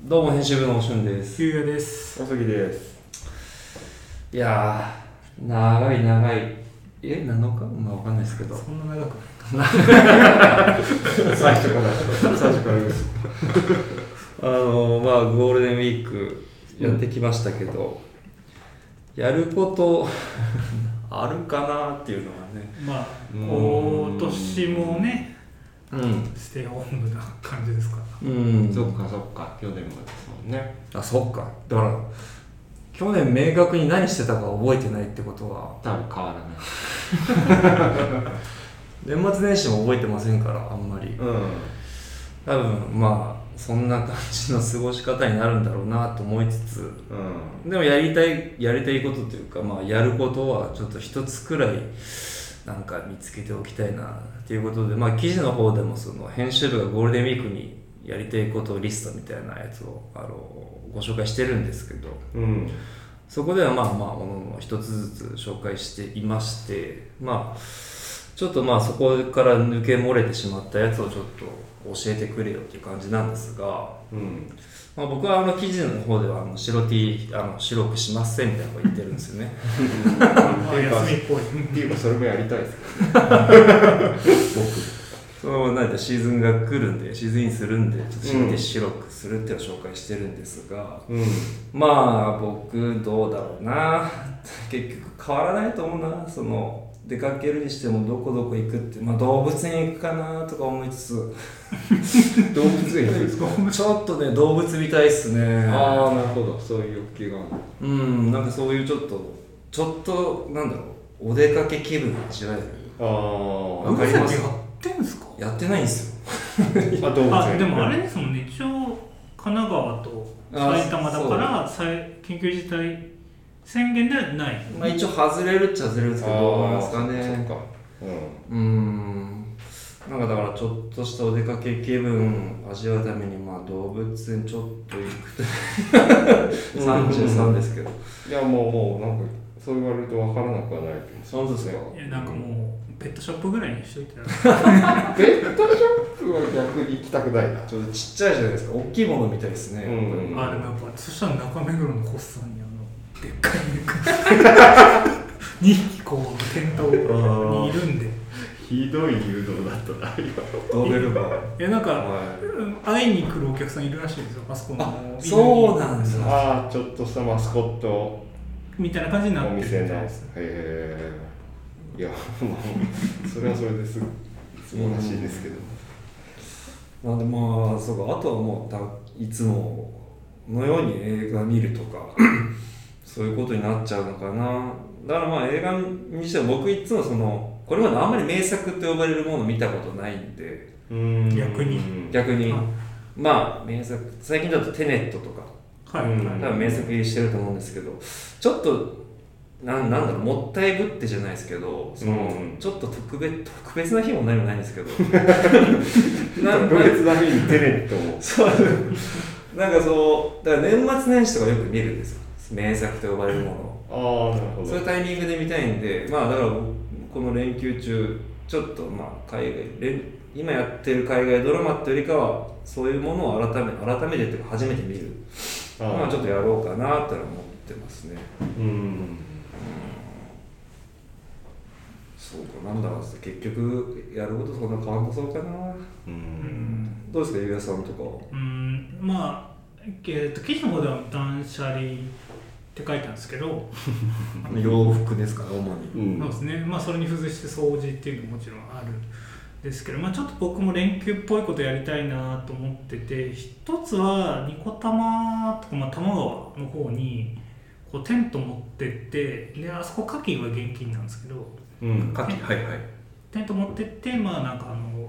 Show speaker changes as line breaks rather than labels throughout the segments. どうも編集部のしゅんです
ゆうやです。
おすぎです。
いやー長い長いえ7日まあわかんないですけど
そんな長くない
最初から、最初からです。
あのまあゴールデンウィークやってきましたけど、やること あるかなっていうのがね
まあ、
うー
今
ん
年もね、
うん
ステイホームな感じですから。
うん
そっかそっか、去年もですもんね。
あそっかだから去年明確に何してたか覚えてないってことは
多分変わらない。
年末年始も覚えてませんからあんまり
う
多分まあそんな感じの過ごし方になるんだろうなと思いつつ
ん。うん。
でもやりたいやりたいことというか、まあ、やることはちょっと一つくらいなんか見つけておきたいなっていうことで、まあ、記事の方でもその編集部がゴールデンウィークにやりたいことリストみたいなやつをあのご紹介してるんですけど
うん。
そこではまあまあおのおの一つずつ紹介していましてまあちょっとまあそこから抜け漏れてしまったやつをちょっと教えてくれよっていう感じなんですが。
うん。
まあ、僕はあの記事の方ではあの白 T あの白くしませんみたいなこと言ってるんですよね
まあ、休みっぽい。
っていうか、それもやりたいですけどね。
そのなんかシーズンが来るんでシーズンインするんでちょっと白 T 白くするっていうのを紹介してるんですが、
僕。うん。
まあ僕どうだろうな結局変わらないと思うなその出かけるにしてもどこどこ行くって、まあ、動物園行くかなとか思いつつ
動物園行くんですか
ちょっとね動物見たいっすね
ああ、なるほど。そういう欲求がある。
うんなんかそういうちょっとちょっとなんだろうお出かけ気分を味わえる
あ
わかります
やってんすか
やってないんですよ
あ。動物園。
あ、でもあれですもんね、一応、神奈川と埼玉だから、さい緊急事態宣言ではない。
まあ一応外れるっちゃ外れるんですけどどうなんですかね
そっか。うん。
うんなんかだからちょっとしたお出かけ気分を味わうためにまあ動物園ちょっと行くと 33ですけど
いや、もう、もう、なんか、そう言われると分からなくはないけど。
そうですか
いや、なんかもう、ペットショップぐらいにしといてやる。
ベッドショップは逆に行きたくないな。
ちょっとちっちゃいじゃないですか大きいものみたいですね、
うん
あ、でもやっぱ、そしたら中目黒のホスさんに、あの、でっかい猫が 2匹こう、店頭にいるんで。
ひどい誘導だったな、今。
ドーベルバー
いや、なんか、
はい。
うん会いに来るお客さんいるらしいですよ、あそこの。
そうなんですか
ああちょっとしたマスコット
みたいな感じになっ
お
てるみた
店
い
のへ
です。
えいやまあそれはそれです素晴らしいですけど
なんでまあそうかあとはもうたいつものように映画見るとか そういうことになっちゃうのかなだからまあ映画にしても僕いつもそのこれまであんまり名作と呼ばれるものを見たことないんで
うん
逆に
逆に
はい
まあ名作最近だと「テネット」とか
はい、
うん
多分名作入りしてると思うんですけどちょっとなんなんだろうもったいぶってじゃないですけどその、
うん
ちょっと特別特別な日もないもないんですけど なん
特
か
別な日にテネットを
そうなんかそうだから年末年始とかよく見るんですよ名作と呼ばれるものを
ああなるほ
そういうタイミングで見たいんでまあだからこの連休中ちょっとまあ海外連今やってる海外ドラマってよりかはそういうものを改め改めてっていうか初めて見るまあちょっとやろうかなってのは思ってますね
うん
そうかなんだろう結局やることそんな変わんなそうかな
う
うんん、
どうですかゆうやさんとか
うんまあ、えっと、記事の方では断捨離って書いたんですけど、
洋服ですから主に
うん
そうですね、まあ、それに付随して掃除っていうのももちろんあるんですけど、まあ、ちょっと僕も連休っぽいことやりたいなと思ってて一つはニコタマとか、まあ、多摩川の方にこうテント持ってってであそこ課金は現金なんですけど
うん
牡蠣はいはい
テント持ってってまあなんかあの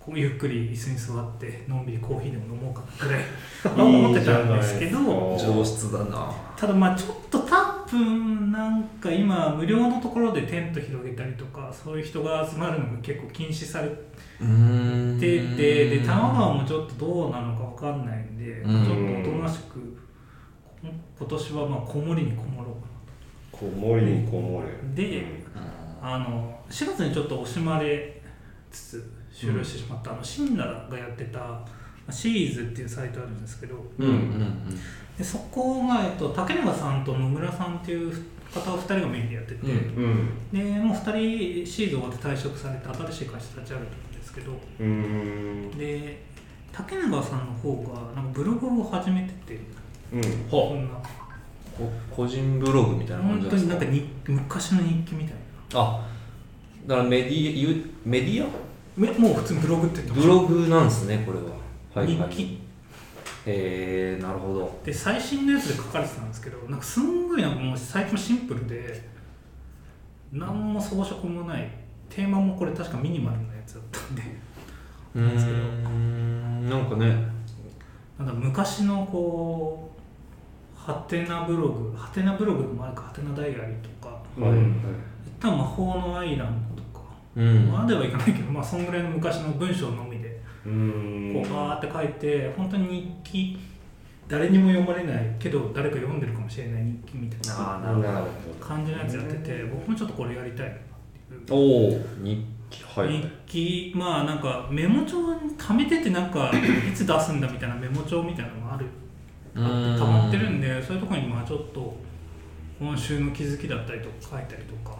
こうゆっくり椅子に座ってのんびりコーヒーでも飲もうかなぐらい 思ってたんですけ
いいじゃないですか
ど
上質だな
ただまあちょっと多分なんか今無料のところでテント広げたりとかそういう人が集まるのが結構禁止され
うーん
ててで多摩川もちょっとどうなのかわかんないんでち
う
ょっ
ん
とおとなしくこ今年はまあこもりにこもろうかな
こもりにこもれ
であの4月にちょっと惜しまれつつ終了してしまった、あのシンナがやってたあシリーズっていうサイトあるんですけど
うんうん
でそこが、えっと、竹永さんと野村さんっていう方を2人がメインでやってて、
うん
うん
でもう2人シーズン終わって退職されて新しい会社立ち上げたんですけど
うーん
で竹永さんの方がなんかブログを始めてて
うん
こ
ほ
んな
こ個人ブログみたいな感
本
じなん
当
です
に
か
なんかに昔の日記みたいな
あだからメディアゆメディア
めもう普通にブログって言ってまし
ブログなんですねこれは
た
はいはい
日記
えー、なるほど
で最新のやつで書かれてたんですけどなんかすんごいなんかもう最近シンプルで何も装飾もないテーマもこれ確かミニマルなやつだったんで
う
なんですけど
ーんなんかね
なんか昔のこうハテナブログハテナブログの前かハテナダイアリーとか
はいはい
一旦魔法のアイランドとか、
うん
まあではいかないけどまあそんぐらいの昔の文章のみで
うー
こ
ん
うバーって書いて本当に日記誰にも読まれないけど誰か読んでるかもしれない日記みたいな
ああなるほ
なる
感じのやつやってて僕もちょっとこれやりたいなっていう
どおお日記はいはい
日記まあなんかメモ帳に溜めててなん かいつ出すんだみたいなメモ帳みたいなのがある
う
あ
ーん
って溜まってるんでそういうところにまあちょっと今週の気づきだったりとか書いたりとか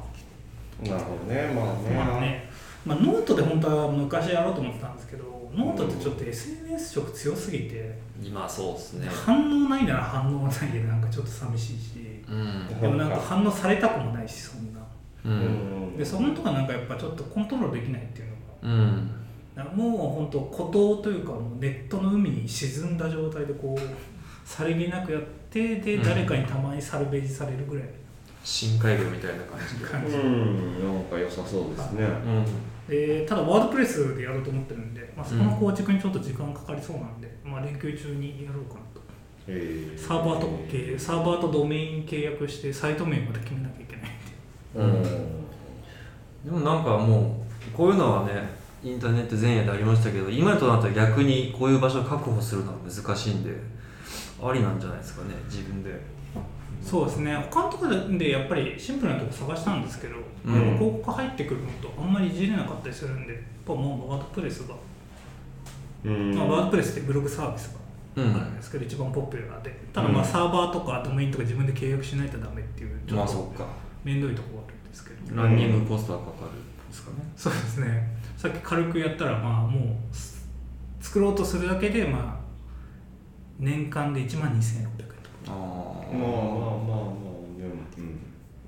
なるほどねま
ま
あ
あ
ね
ねまあ、ノートで本当は昔やろうと思ってたんですけどノートってちょっと SNS 色強すぎて、
今そうですね
反応ないなら反応はないでなんかちょっと寂しいし
うん
でもなんか反応されたくもないしそんな
う
うんん
でそのとかなんかやっぱちょっとコントロールできないっていうのが
うん
だからもう本当孤島というかもうネットの海に沈んだ状態でこうさりげなくやってで
うん
誰かにたまにサルベージされるぐらい
深海魚みたいな感じ
の
で
感
う
じ、
んなんか良さそうですね
うん
でただワードプレスでやろうと思ってるんで、まあ、そこの構築にちょっと時間かかりそうなんで、まあ、連休中にやろうかなと
え
サーバーとか契サーバーとドメイン契約してサイト名まで決めなきゃいけない
うん
でもなんかもうこういうのはねインターネット前夜でありましたけど今となったら逆にこういう場所を確保するのは難しいんでありなんじゃないですかね自分で
そうですね他のところでやっぱりシンプルなとこ探したんですけど、
うん
やっぱ広告入ってくるのとあんまりいじれなかったりするんでやっぱもうワードプレスが、
うん
まあ、ワードプレスってブログサービスがあるんですけど、一番ポピュラーでただまあ
うん
サーバーとかドメインとか自分で契約しないとダメっていうちょ
まあ
っ
そ
と
っか
面倒いところあるんですけど、
ランニングコストはかかるんですかね
そうですねさっき軽くやったらまあもうす作ろうとするだけでまあ年間で1万2600円とか
あ
まあ
あ
まあまあまあでも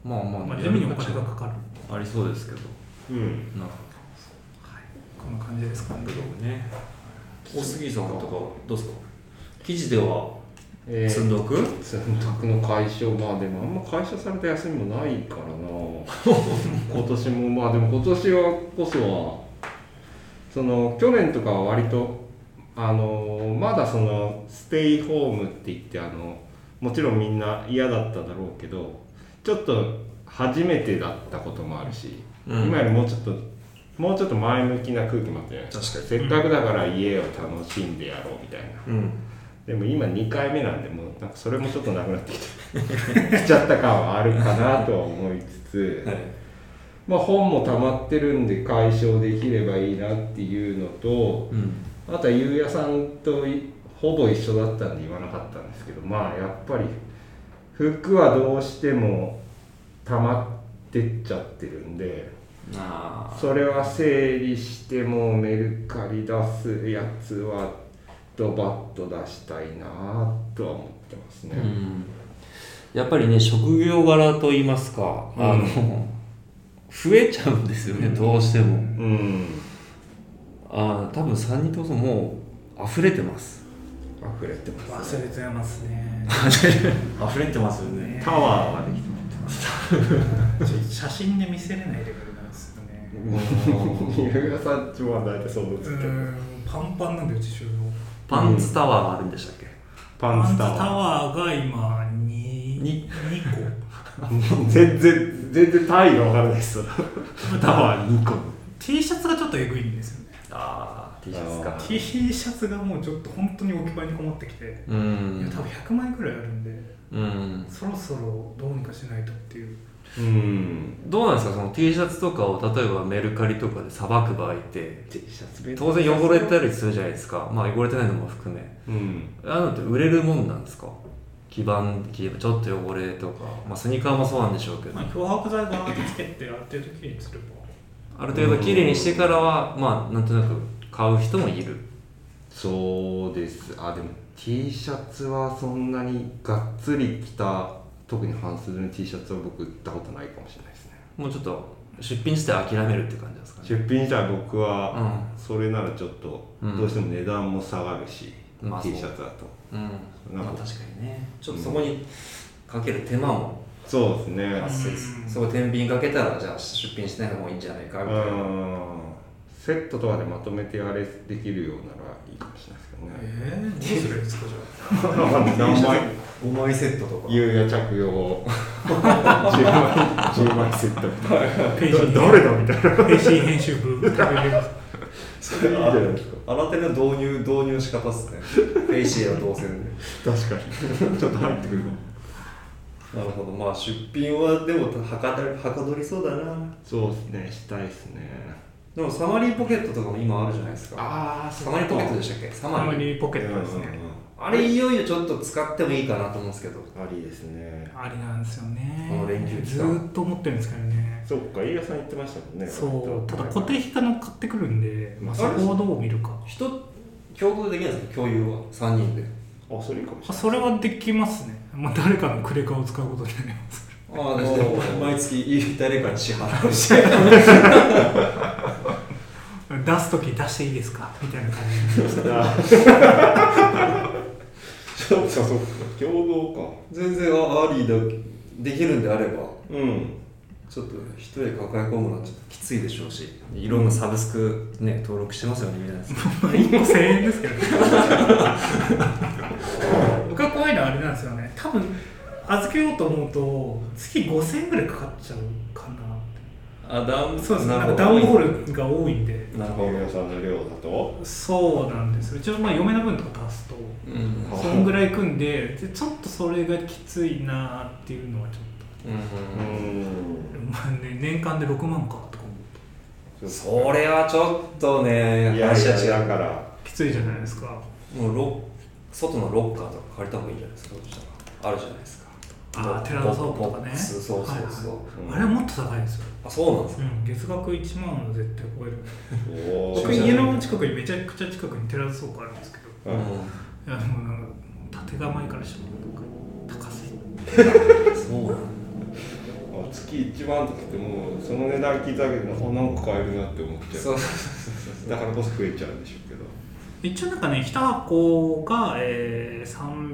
まあまあ
まあ地味にお金がかかる
ありそうですけど
うんうん
なるほ
はいこんな感じですかね
どブログねお杉さんとかどうですか記事では
え
積ん
ー
どく、
洗濯の解消まあでもあんま解消された休みもないから な今年もまあでも今年はこそはその去年とかは割とあのまだそのステイホームって言ってあのもちろんみんな嫌だっただろうけどちょっと初めてだったこともあるし、
うん
今よりもうちょっともうちょっと前向きな空気もあったじゃないですか
確
せっかくだから家を楽しんでやろうみたいな。
うん
でも今2回目なんでもうなんかそれもちょっとなくなってき て来ちゃった感はあるかなとは思いつつ、
はい
まあ本も溜まってるんで解消できればいいなっていうのと
うん
あとはゆうやさんといほぼ一緒だったんで言わなかったんですけどまあやっぱり服はどうしても溜まってっちゃってるんで
あ
それは整理してもうメルカリ出すやつはドバッと出したいなとは思ってますね、
うんやっぱりね職業柄と言いますか、あ
うん
の増えちゃうんですよね、どうしても
うん、
あー多分3人とももう溢れてます
溢れてます、
忘れちゃいます ね
溢れてますよ
ね
タワーができて
ちょっと写真で見せれないレベルなんですよね
ます。ゆうやさんちは大体想像
う
つくけど。
ーんパンパンなんでうち収納
パンツタワーがあるんでしたっけ、
パンツタ
パンツタ
ワ
ワーが今 2,
に
個
ー。全然、全然単位がわからないです。タワー2個。
T シャツがちょっとエグいんですよね
ああ T シャツ
あ
か
ー
T シャツがもうちょっと本当に置き場に困ってきて、
う
いや
ん
多分100枚くらいあるんで
うん
そろそろどうにかしないとっていう
うん
どうなんですかその T シャツとかを例えばメルカリとかでさばく場合って
T シャツベ
当然汚れたりするじゃないですかまあ汚れてないのも含め
うん
ああいうのって売れるもんなんですか基板基板ちょっと汚れとか、まあ、スニーカーもそうなんでしょうけど、
まあ、漂白剤ガーッとつけてある程度きれいにすれば
ある程度綺麗にしてからはまあなんとなく買う人もいる
そうですあでも T シャツはそんなにがっつり着た特に半袖の T シャツは僕売ったことないかもしれないですね
もうちょっと出品して諦めるって感じですかね
出品したら僕は
う
それならちょっと
うん
どうしても値段も下がるし、
まあそう
T シャツだと
ん、うん、
なん
ま
か
あ確かにねちょっとそこにかける手間も
そうですね
発生する、そこ天秤かけたらじゃあ出品しない方がいいんじゃないかみたいな、
うんセットとかでまとめてあれできるようならいいかもしれないです
えー、どうすればいいですかじゃあ
けどね何枚
5枚セットとか
有夜着用 を10枚10枚セットみたい
ページに
な誰 だみたいな
ページ編集部食べれ ます
それいいじゃないですか
新手の導入導入仕方っすねフェイシーの動線で
確か にちょっと入ってくる
なるほどまあ出品はでもはかどりはかどりそうだな
そうですねしたいですね
でもサマリーポケットとかも今あるじゃないですか
ああ
サマリーポケットでしたっけサ
あん
マ
ま
リー
りポケットですね
あれいよいよちょっと使ってもいいかなと思うんですけど
ありですね
あれなんですよね
この連休期
ず
間
ーっと思ってるんですけどね
そっか飯屋さん言ってましたもんね
そうただ固定費が乗っかってくるんで、まあ、そ
あれ
こをどう見るか
人共同でできるんですか共有は3人で
あそれいいかもし
あそれはできますね、まあ、誰かのクレカを使うことになります
あ
あ
でも毎月誰かに支払うし
出す時出していいですかみたいな感じ
れない そうかそうか共同か
全然あありだできるんであれば
うん
ちょっと一人抱え込むのはちょっときついでしょうしいろんなサブスクね登録してますよねみたいな
まあ1個1000円です けどね僕は怖いのはあれなんですよね多分預けようと思うと月5000円ぐらいかかっちゃうかなって
あダウン
そうですねなんかダウンホールが多いんで
なるほ
飯屋さんの量だと
そうなんですよ一応まあ嫁の分とか足すと
どうん
あ
そんぐらい組んででちょっとそれがきついなっていうのはちょっ
うん
と、まあね、年間で6万かとか思う
それはちょっと
い
ね
やいや
話は違
だ
う
から
ときついじゃないですか
もうロ外のロッカーとか借りた方がいいんじゃないですかどうしたらあるじゃないですか
ああテラノサウルとかね
ボックスそうそうそう、
はいはいあれはもっと高いですよ、
あそうなんですか
うん、月額1万は絶対超える
お
僕
駐車
ー
場
家の近くにめちゃくちゃ近くにテラス倉庫あるんですけど
うん
いやでもなんか建て構えからしてもなんか高すぎる
そうなんだ
あ月1万とかってもうその値段聞いただけであなんか買えるなって思っちゃ
そう
うだからこそ増えちゃうんでしょうけど
一応なんかね1箱が、えー、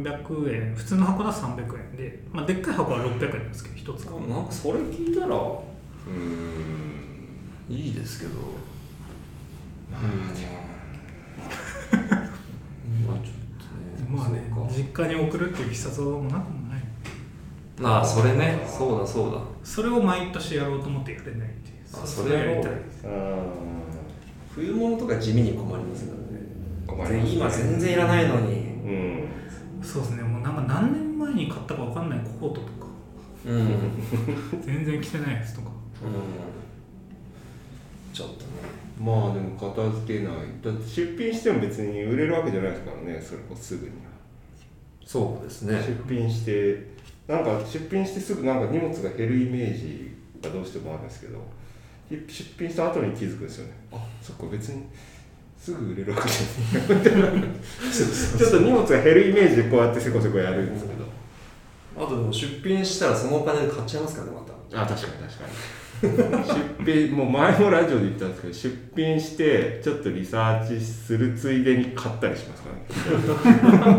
300円普通の箱だと300円で、まあ、でっかい箱は600円なんですけど1つが
なんかそれ聞いたら
うーん
いいですけどまあちょっとね
まあね
そうか
実家に送るっていう必殺技もなくもない
まあそれねそうだそうだ
それを毎年やろうと思ってやれないっていう
あそれは
やりたい
あー
冬物とか地味に困りますからね
困りますね
今全然いらないのに
うん
そうですねもうなんか何年前に買ったか分かんないコートとか
うん、うん、
全然着てないやつとか
ちょっとね
まあでも片付けないだって出品しても別に売れるわけじゃないですからねそれこそすぐに
そうです
は
ね
出品してなんか出品してすぐなんか荷物が減るイメージがどうしてもあるんですけど出品した後に気づくんですよねあそっか別にすぐ売れるわけじゃないちょっと荷物が減るイメージでこうやってせこせこやるんですけど。
あとでも出品したらそのお金で買っちゃいますからねまた
あ、確かに確かに。出品、もう前もラジオで言ったんですけど、出品して、ちょっとリサーチするついでに買ったりしますからね。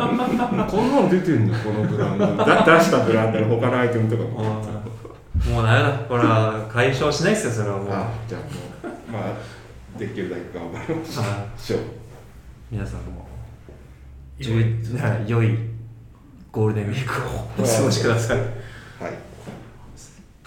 こんなの出てんのこのブランド。だ出したブランドの他のアイテムとかも。
もうダメだほら解消しないっすよそれ はもう
あ、じゃあもう、まあ、できるだけ頑張りま
あ
しょう。
皆さんも
いろいろ
良いゴールデンウィークをお過ごしください
はい。